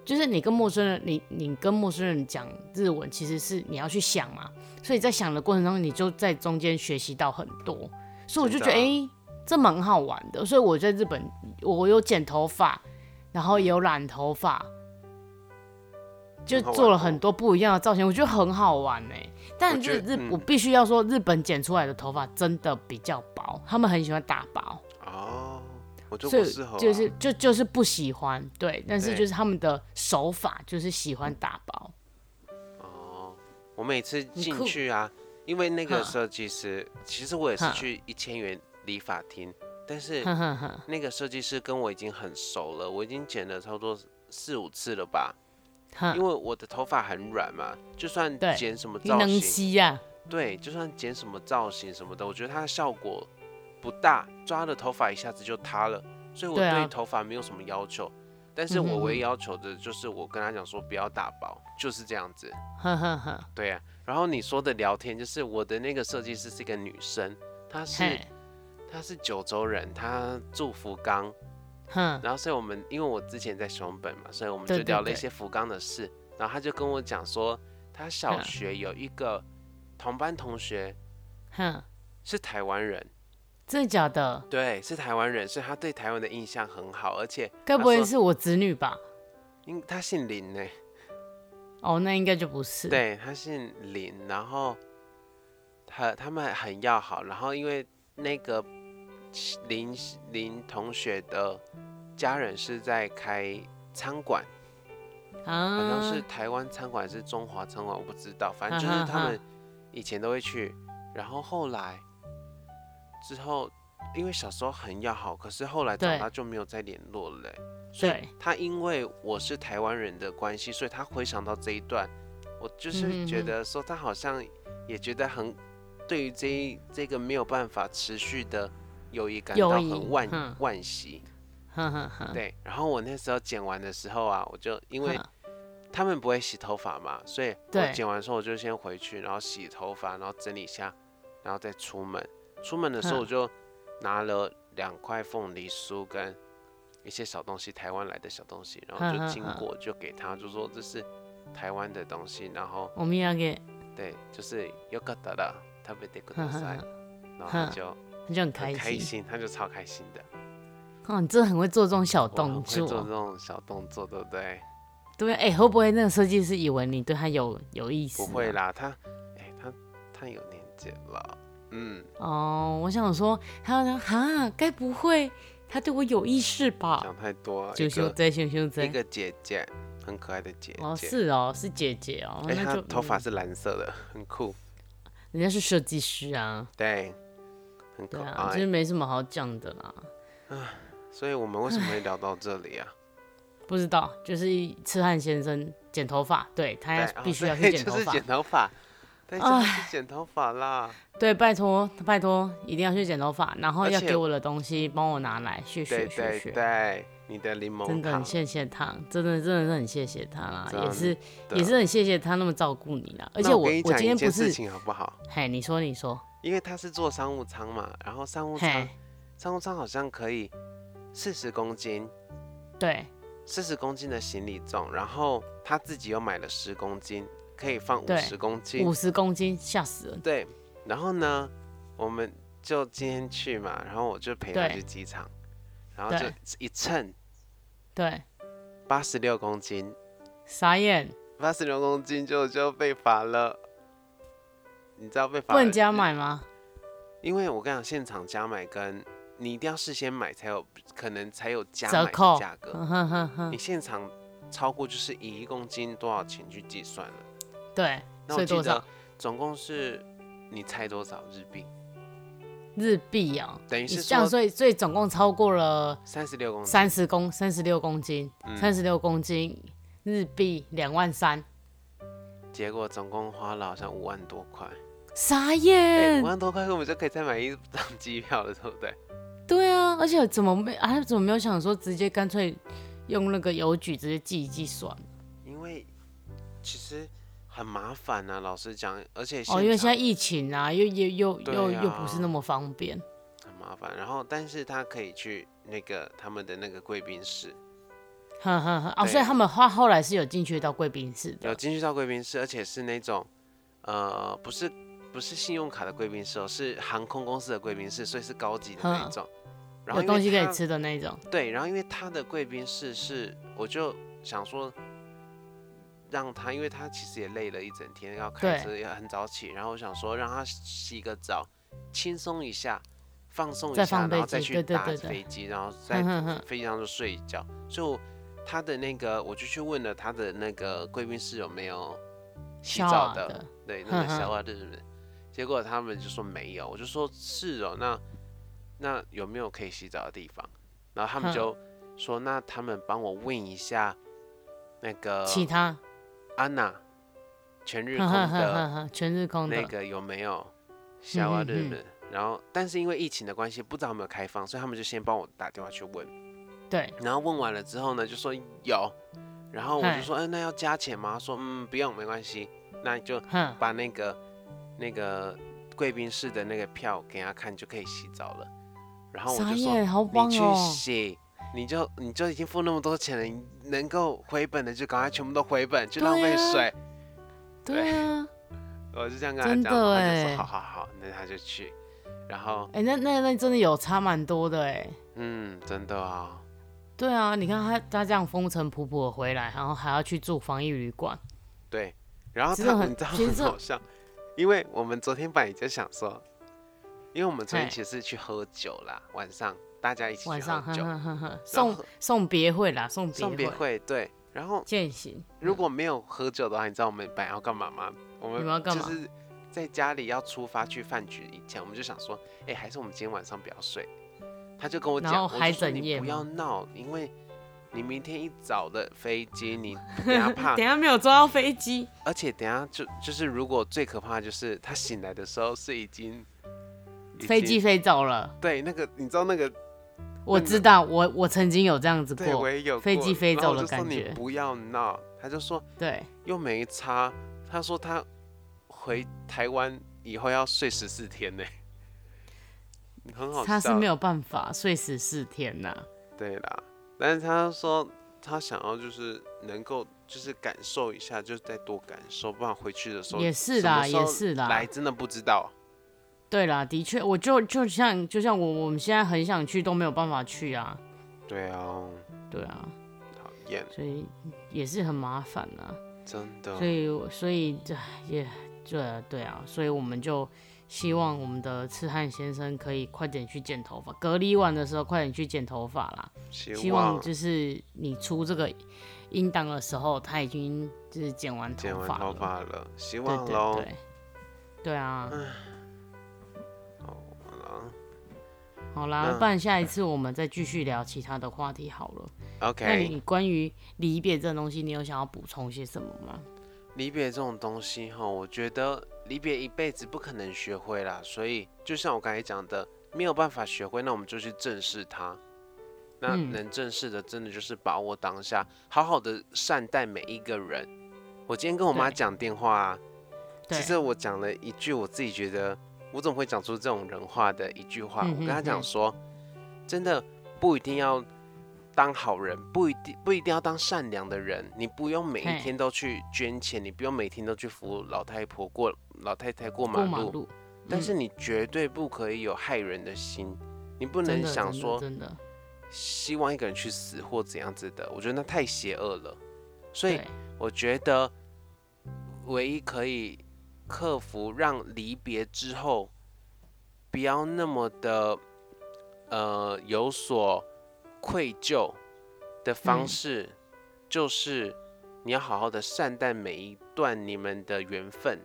A: 就是你跟陌生人，你你跟陌生人讲日文，其实是你要去想嘛，所以在想的过程中，你就在中间学习到很多，所以我就觉得，
B: 真
A: 哎、
B: 的啊
A: 这蛮好玩的。所以我在日本，我有剪头发，然后也有染头发，就
B: 很好玩
A: 做了
B: 哦
A: 很多不一样的造型，我觉得很好玩哎、但
B: 觉
A: 是
B: 得
A: 日，
B: 嗯
A: 我必须要说，日本剪出来的头发真的比较薄，他们很喜欢打薄。
B: 哦，我就
A: 所
B: 不
A: 以
B: 适合、啊，
A: 就是就就是不喜欢，对，但是
B: 对
A: 就是他们的手法就是喜欢打包，
B: 哦，我每次
A: 你
B: 进
A: 酷
B: 去啊，因为那个
A: 哼
B: 时候其实其实我也是
A: 哼
B: 去一千元理发厅，但是
A: 哼哼哼，
B: 那个设计师跟我已经很熟了，我已经剪了差不多四五次了吧，因
A: 哼，
B: 为我的头发很软嘛，就算
A: 对
B: 剪什么
A: 你
B: 造
A: 能
B: 型，
A: 吸呀、
B: 对，就算剪什么造型什么的，我觉得它的效果不大，抓的头发一下子就塌了，所以我
A: 对啊
B: 对头发没有什么要求。但是
A: 嗯
B: 我
A: 哼
B: 唯
A: 哼
B: 一要求的就是，我跟他讲说不要打薄，就是这样子。
A: 啊，哼哼哼，
B: 对啊，然后你说的聊天就是我的那个设计师是一个女生，她是
A: 嘿，
B: 她是九州人，她住福冈，
A: 哼，
B: 然后所以我们因为我之前在熊本嘛，所以我们就
A: 对对
B: 聊了一
A: 对
B: 些福冈的事，然后她就跟我讲说，她小
A: 嗯
B: 学有一个同班同学
A: 哼，
B: 是台湾人，
A: 真的假的？
B: 对，是台湾人，所以她对台湾的印象很好，而且
A: 该
B: 她
A: 不会
B: 说
A: 是我侄女吧？
B: 因她姓林呢、
A: 哦，那应该就不是。，
B: 对，他姓林，然后他他们很要好，然后因为那个林林同学的家人是在开餐馆，
A: 啊，
B: 好像是台湾餐馆还是中华餐馆，我不知道，反正就是
A: 啊哈
B: 他
A: 哈
B: 们以前都会去，然后后来之后，因为小时候很要好，可是后来长
A: 对
B: 大就没有再联络了欸、所以
A: 对，
B: 他因为我是台湾人的关系，所以他回想到这一段，我就是
A: 嗯
B: 觉
A: 嗯嗯
B: 得说他好像也觉得很对于这一这个没有办法持续的友谊感
A: 友
B: 到很
A: 谊
B: 惋
A: 嗯
B: 惋惜。
A: 哼哼哼，
B: 对，然后我那时候剪完的时候啊，我就因为
A: 哼
B: 他们不会洗头发嘛，所以我
A: 对
B: 剪完的时候我就先回去，然后洗头发，然后整理一下，然后再出门。出门的时候
A: 嗯
B: 我就拿了两块凤梨酥跟一些小东西，台湾来的小东西，然后
A: 嗯
B: 就
A: 嗯
B: 经
A: 嗯
B: 过就给他，就说这是台湾的东西，然后
A: 我们要给，
B: 对，就是よかったら食べてく
A: 哼
B: だ
A: 哼
B: さい
A: 哼，，
B: 然后他
A: 嗯
B: 就
A: 他就很
B: 很
A: 开
B: 开
A: 心。
B: 心，他就超开心的。
A: 哦，你真的很会做这种小
B: 我很
A: 动
B: 会做这
A: 作。
B: 种小动作，对不对？
A: 对，哎、会不会那个设计师以为你对他有有意思？啊
B: 不会。啦，他，哎、他他有年纪了，嗯，
A: 哦，我想说，他说哈，该不会他对我有意识吧？
B: 讲太多了，
A: 羞
B: 啊一
A: 羞
B: 个
A: 哉，羞羞
B: 一
A: 哉。
B: 个姐姐，很可爱的姐
A: 哦，
B: 姐，
A: 是哦，是姐姐哦，
B: 哎、
A: 那
B: 她
A: 就
B: 头发
A: 嗯
B: 是蓝色的，很酷，
A: 人家是设计师啊，
B: 对，很
A: 对
B: 可
A: 啊，就是
B: 爱。
A: 没什么好讲的啦。
B: 所以我们为什么会聊到这里啊？
A: 不知道，就是痴汉先生剪头发，对他
B: 对
A: 要，
B: 啊
A: 哎必须要去
B: 对
A: 剪头
B: 就是
A: 发，
B: 剪头发，对，就是去剪头发啦。
A: 对，拜托拜托，一定要去剪头发，然后
B: 而
A: 要
B: 且
A: 给我的东西帮我拿来，谢
B: 对
A: 谢谢
B: 对
A: 谢，
B: 对，你的柠檬
A: 真的很
B: 糖，
A: 谢谢他，真的真的是很谢谢他啦，也是
B: 真
A: 也
B: 的
A: 是很谢谢他那么照顾你啦，而且
B: 那我
A: 我
B: 跟你
A: 我
B: 讲
A: 今
B: 一
A: 天
B: 件
A: 不
B: 事
A: 是，
B: 情好不好？
A: 嘿，你说你说，
B: 因为他是做商务舱嘛，然后商务舱
A: 嘿，
B: 商务舱好像可以四十公斤，
A: 对，
B: 四十公斤的行李重，然后他自己又买了十公斤，可以放五
A: 对
B: 十公斤
A: 五。十公斤吓死人，
B: 对，然后呢，我们就今天去嘛，然后我就陪他
A: 对
B: 去机场，然后就
A: 对
B: 一称
A: 对，
B: 八十六公斤，
A: 傻眼，
B: 八十六公斤就就被罚了。你知道被罚
A: 不能
B: 了
A: 加，买吗？
B: 因为我跟你讲，现场加买跟你一定要事先买才有可能才有加
A: 折
B: 买的
A: 扣嗯
B: 价格，
A: 哼哼哼哼
B: 你，现场超过就是以一公斤多少钱去计算了。
A: 对，
B: 那
A: 所
B: 我
A: 以
B: 记
A: 多
B: 得
A: 少
B: 总共是你猜多少日币？
A: 日币啊？
B: 等于
A: 你
B: 是
A: 这样，
B: 说嗯
A: 所以所以总共超过了
B: 三十六公斤，
A: 三十公三十六公斤，
B: 嗯
A: 三十六公斤日币两万
B: 哎
A: 三，
B: 结果总共花了好像五万多块。
A: 傻
B: 哎，
A: 眼
B: 五、！万多块我们就可以再买一张 机票了，对不对？
A: 对啊，而且怎么没啊？他怎么没有想说直接干脆用那个邮局直接寄一寄算了？
B: 因为其实很麻烦啊，老实讲，而且
A: 哦，因为现在
B: 场
A: 疫情啊，又又又
B: 对
A: 又、
B: 啊
A: 又不是那么方便。
B: 很麻烦。然后，但是他可以去那个他们的那个贵宾室，
A: 呵呵呵，哦，
B: 对
A: 所以他们后后来是有进去到贵宾室
B: 有
A: 的，
B: 进去到贵宾室，而且是那种，呃，不是不是信用卡的贵宾室哦，是航空公司的贵宾室，所以是高级的那一
A: 嗯
B: 种。然后
A: 有
B: 因为
A: 东西可以
B: 它。
A: 吃的那种。
B: 对，然后因为他的贵宾室是，我就想说，让他，因为他其实也累了一整天，要开
A: 对
B: 车也很早起，然后我想说让他洗个澡，轻松一下。放松
A: 再
B: 一下，
A: 放
B: 然后
A: 飞
B: 再
A: 机
B: 去
A: 对对
B: 打
A: 对对嗯
B: 飞机，然后 再
A: 哼哼哼，
B: 飞机上就睡一觉。所以我他的那个，我就去问了他的那个贵宾室有没有洗澡
A: Shower
B: 的，
A: 的
B: 对，那个
A: 哼哼
B: 小瓦的日本，结果他们就说没有，我就说是哦，那那有没有可以洗澡的地方？然后他们
A: 哼
B: 就说，那他们帮我问一下那个
A: 其他
B: 安娜全呃日
A: 哼
B: 空
A: 哼哼
B: 的
A: 哼哼全日空
B: 那
A: 的，
B: 个有没有夏娃
A: 嗯嗯
B: 日
A: 嗯
B: 本？然后，但是因为疫情的关系，不知道有没有开放，所以他们就先帮我打电话去问。
A: 对，
B: 然后问完了之后呢，就说有，然后我
A: 嗨
B: 就说，嗯、那要加钱吗？他说，嗯，不用，没关系。那你就
A: 哼，
B: 把那个那个贵宾室的那个票给他看，就可以洗澡了。然后我
A: 傻
B: 就说，
A: 眼，好
B: 你
A: 棒
B: 去
A: 哦！
B: 洗，你就你就已经付那么多钱了，你能够回本的就赶快全部都回本，就
A: 对
B: 浪费
A: 啊
B: 水。
A: 对啊，
B: 我就这样跟他
A: 真
B: 讲，然后他
A: 的欸
B: 就说好好好，那他就去。然后，
A: 哎、那那那真的有差蛮多的哎。
B: 嗯，真的啊、
A: 对啊，你看他他这样风尘仆仆的回来，然后还要去住防疫旅馆，
B: 对。然后
A: 其实
B: 他
A: 很
B: 你知道
A: 其实
B: 很
A: 这
B: 好笑，因为我们昨天本来就想说，因为我们昨天
A: 嘿
B: 其实是去喝酒啦，晚上大家一起
A: 晚
B: 去
A: 上
B: 喝
A: 哼
B: 酒，
A: 哼哼哼，
B: 然后
A: 送送别会啦，送别
B: 送别
A: 会，嗯
B: 会对。然后
A: 践行。
B: 如果没有喝酒的话，你知道我们本来要干嘛吗？我
A: 你们要
B: 们
A: 干
B: 就
A: 嘛
B: 是在家里要出发去饭局以前，我们就想说，哎、还是我们今天晚上不要睡。他就跟我
A: 然
B: 讲，
A: 后
B: 我就
A: 还
B: 说
A: 整
B: 你
A: 夜
B: 不
A: 吗
B: 要闹，因为你明天一早的飞 机，你等下怕
A: 等，一下没有抓到飞机，
B: 而且等下就就是如果最可怕的就是他醒来的时候是已经已
A: 飞机
B: 经
A: 飞走了。
B: 对那个你知道那个
A: 我知道，我我曾经有这样子
B: 对我
A: 过，
B: 也有
A: 飞
B: 过
A: 机飞
B: 然后
A: 走
B: 我
A: 的
B: 就说
A: 感
B: 你
A: 觉
B: 不要闹，他就说
A: 对，
B: 又没差。他说他回台湾以后要睡十四天呢、 很好笑。
A: 他是没有办法睡十四天呐、
B: 对啦，但是他说他想要就是能够就是感受一下，就是再多感受，不然回去的时候
A: 也是
B: 什么
A: 啦，
B: 时候
A: 也是啦
B: 来，真的不知道。
A: 对啦，的确，我就就像就像我我们现在很想去都没有办法去啊，
B: 对啊，
A: 对啊，
B: 讨厌，
A: 所以也是很麻烦啊，
B: 真的
A: 所。以所以这也对对啊，所以我们就希望我们的痴汉先生可以快点去剪头发，隔离完的时候快点去剪头发啦，
B: 希
A: 希望就是你出这个音档的时候，他已经就是剪完
B: 剪
A: 头
B: 完
A: 发
B: 头
A: 了。
B: 发了，希
A: 对
B: 望
A: 对
B: 喽。
A: 对，对啊，
B: 好啦
A: 好啦，
B: 嗯
A: 不然下一次我们再继续聊其他的话题好了。那
B: OK，
A: 你关于离别这东西，你有想要补充些什么吗？
B: 离别这种东西哈，我觉得离别一辈子不可能学会啦，所以就像我刚才讲的，没有办法学会，那我们就去正视它。那
A: 嗯
B: 能正视的，真的就是把握当下，好好的善待每一个人。我今天跟我妈
A: 对
B: 讲电话、啊，
A: 对
B: 其，实我讲了一句我自己觉得我怎么会讲出这种人话的一句话，
A: 嗯
B: 我跟她
A: 哼
B: 讲
A: 哼
B: 说，真的不一定要当好人，不一定不一定要当善良的人，你不用每一
A: 嘿
B: 天都去捐钱，你不用每天都去扶老太婆过老太太过马
A: 过
B: 路，
A: 马路，
B: 但
A: 嗯
B: 是你绝对不可以有害人的心，你不
A: 真
B: 能
A: 的
B: 想
A: 真的
B: 说
A: 真的，
B: 希望一个人去死或怎样子的，我觉得那太邪恶了，所以
A: 对
B: 我觉得唯一可以克服让离别之后不要那么的呃有所愧疚的方
A: 嗯
B: 式，就是你要好好的善待每一段你们的缘分，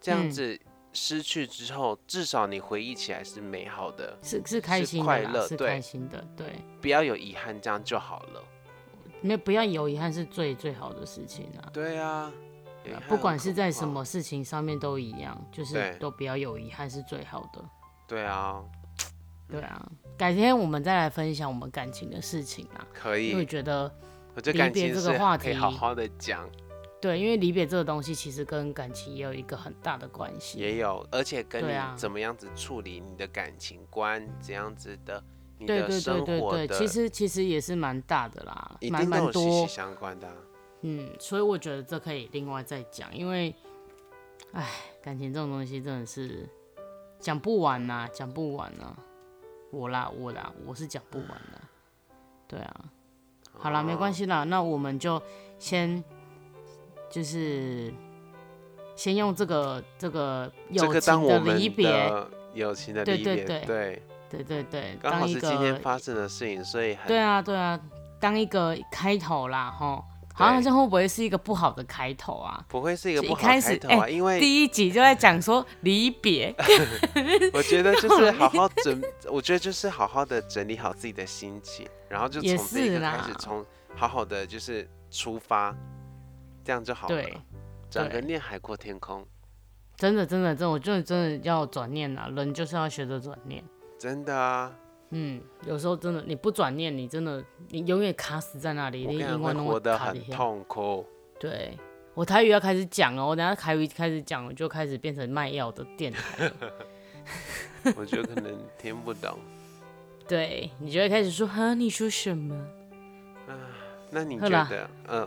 B: 这样
A: 嗯
B: 子失去之后，至少你回忆起来是美好的，
A: 是是开
B: 是
A: 心的
B: 快
A: 啦，
B: 乐
A: 是
B: 对
A: 开心的，对，
B: 不要有遗憾，这样就好了。
A: 没有不要有遗憾是最最好的事情啊。
B: 对啊，
A: 对
B: 遗
A: 啊
B: 憾
A: 不
B: 很
A: 管
B: 可
A: 是在什
B: 怕
A: 么事情上面都一样，就是
B: 对
A: 都不要有遗憾是最好的。
B: 对啊，
A: 对啊，改天我们再来分享我们感情的事情啦，
B: 可
A: 因为我
B: 以。
A: 觉得
B: 我觉
A: 离
B: 得感
A: 别
B: 情
A: 这
B: 是
A: 个话
B: 可以好
A: 题
B: 好的讲，
A: 对，因为离别这个东西其实跟感情也有一个很大的关系。
B: 也有，而且跟
A: 对
B: 你
A: 啊
B: 怎么样子处理你的感情观，怎样子的，你
A: 对
B: 的
A: 对对
B: 生
A: 对
B: 活
A: 对，
B: 的，
A: 其实其实也是蛮大的啦
B: 一，
A: 蛮
B: 定
A: 蛮
B: 都有息息
A: 多，
B: 相关的啊、
A: 嗯，所以我觉得这可以另外再讲，因为，唉，感情这种东西真的是讲不完呐、讲不完呐、我啦我啦，我是讲不完的，对啊，好
B: 哦
A: 啦，没关系啦，那我们就先就是先用这个这个
B: 这
A: 友
B: 个当
A: 情
B: 我
A: 的
B: 们
A: 离别
B: 的友情的
A: 对
B: 离
A: 对
B: 别，
A: 对
B: 对，
A: 对对对，
B: 刚好
A: 当一
B: 是今天
A: 个
B: 发生的事情，所以很
A: 对啊对啊，当一个开头啦吼，好像
B: 对
A: 这样会不会是一个不好的开头啊？
B: 不会是一个
A: 就
B: 不
A: 一
B: 好
A: 开
B: 开
A: 始
B: 头啊，
A: 哎
B: 因为
A: 第一集就在讲说离别，
B: 我觉得就
A: 我
B: 是
A: 的
B: 好好整，我觉得就是好好的整理好自己的心情，然后就
A: 也
B: 从这
A: 是
B: 个开
A: 啦
B: 始，从好好的就是出发，这样就好
A: 对
B: 了。转个
A: 对
B: 念，海阔天空，
A: 真的真的真的，我真的真的要转念啊，人就是要学着转念。
B: 真的啊，
A: 嗯，有时候真的你不转念，你真的你永远卡死在那里，
B: 我
A: 你
B: 跟你讲
A: 永
B: 会
A: 远都
B: 活得
A: 卡在
B: 很
A: 那里。
B: 痛苦。
A: 对，我台语要开始讲哦了，我等一下台语开始讲，我就开始变成卖药的电台了。
B: 我觉得可能听不懂。
A: 对你就会开始说，哈，你说什么？
B: 那你
A: 好
B: 觉
A: 啦
B: 得？嗯，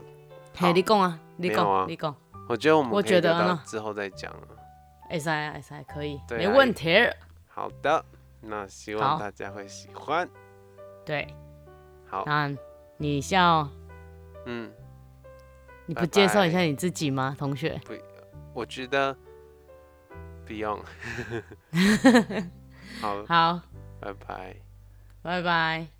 B: 好
A: 嘿，你讲啊，你
B: 没有啊
A: 讲，你讲，
B: 我觉得我们
A: 我
B: 可以
A: 觉
B: 留
A: 得
B: 到
A: 呢
B: 之后再讲啊。
A: 哎塞哎塞，可以，
B: 对
A: 没
B: 啊
A: 问题。
B: 好的，那希
A: 好
B: 望大家会喜欢。
A: 对，
B: 好，
A: 那你笑，
B: 嗯，
A: 你
B: 拜
A: 不介绍
B: 拜
A: 一下你自己吗，同学？
B: 我觉得不用。 好，
A: 好，
B: 拜拜。
A: 拜拜。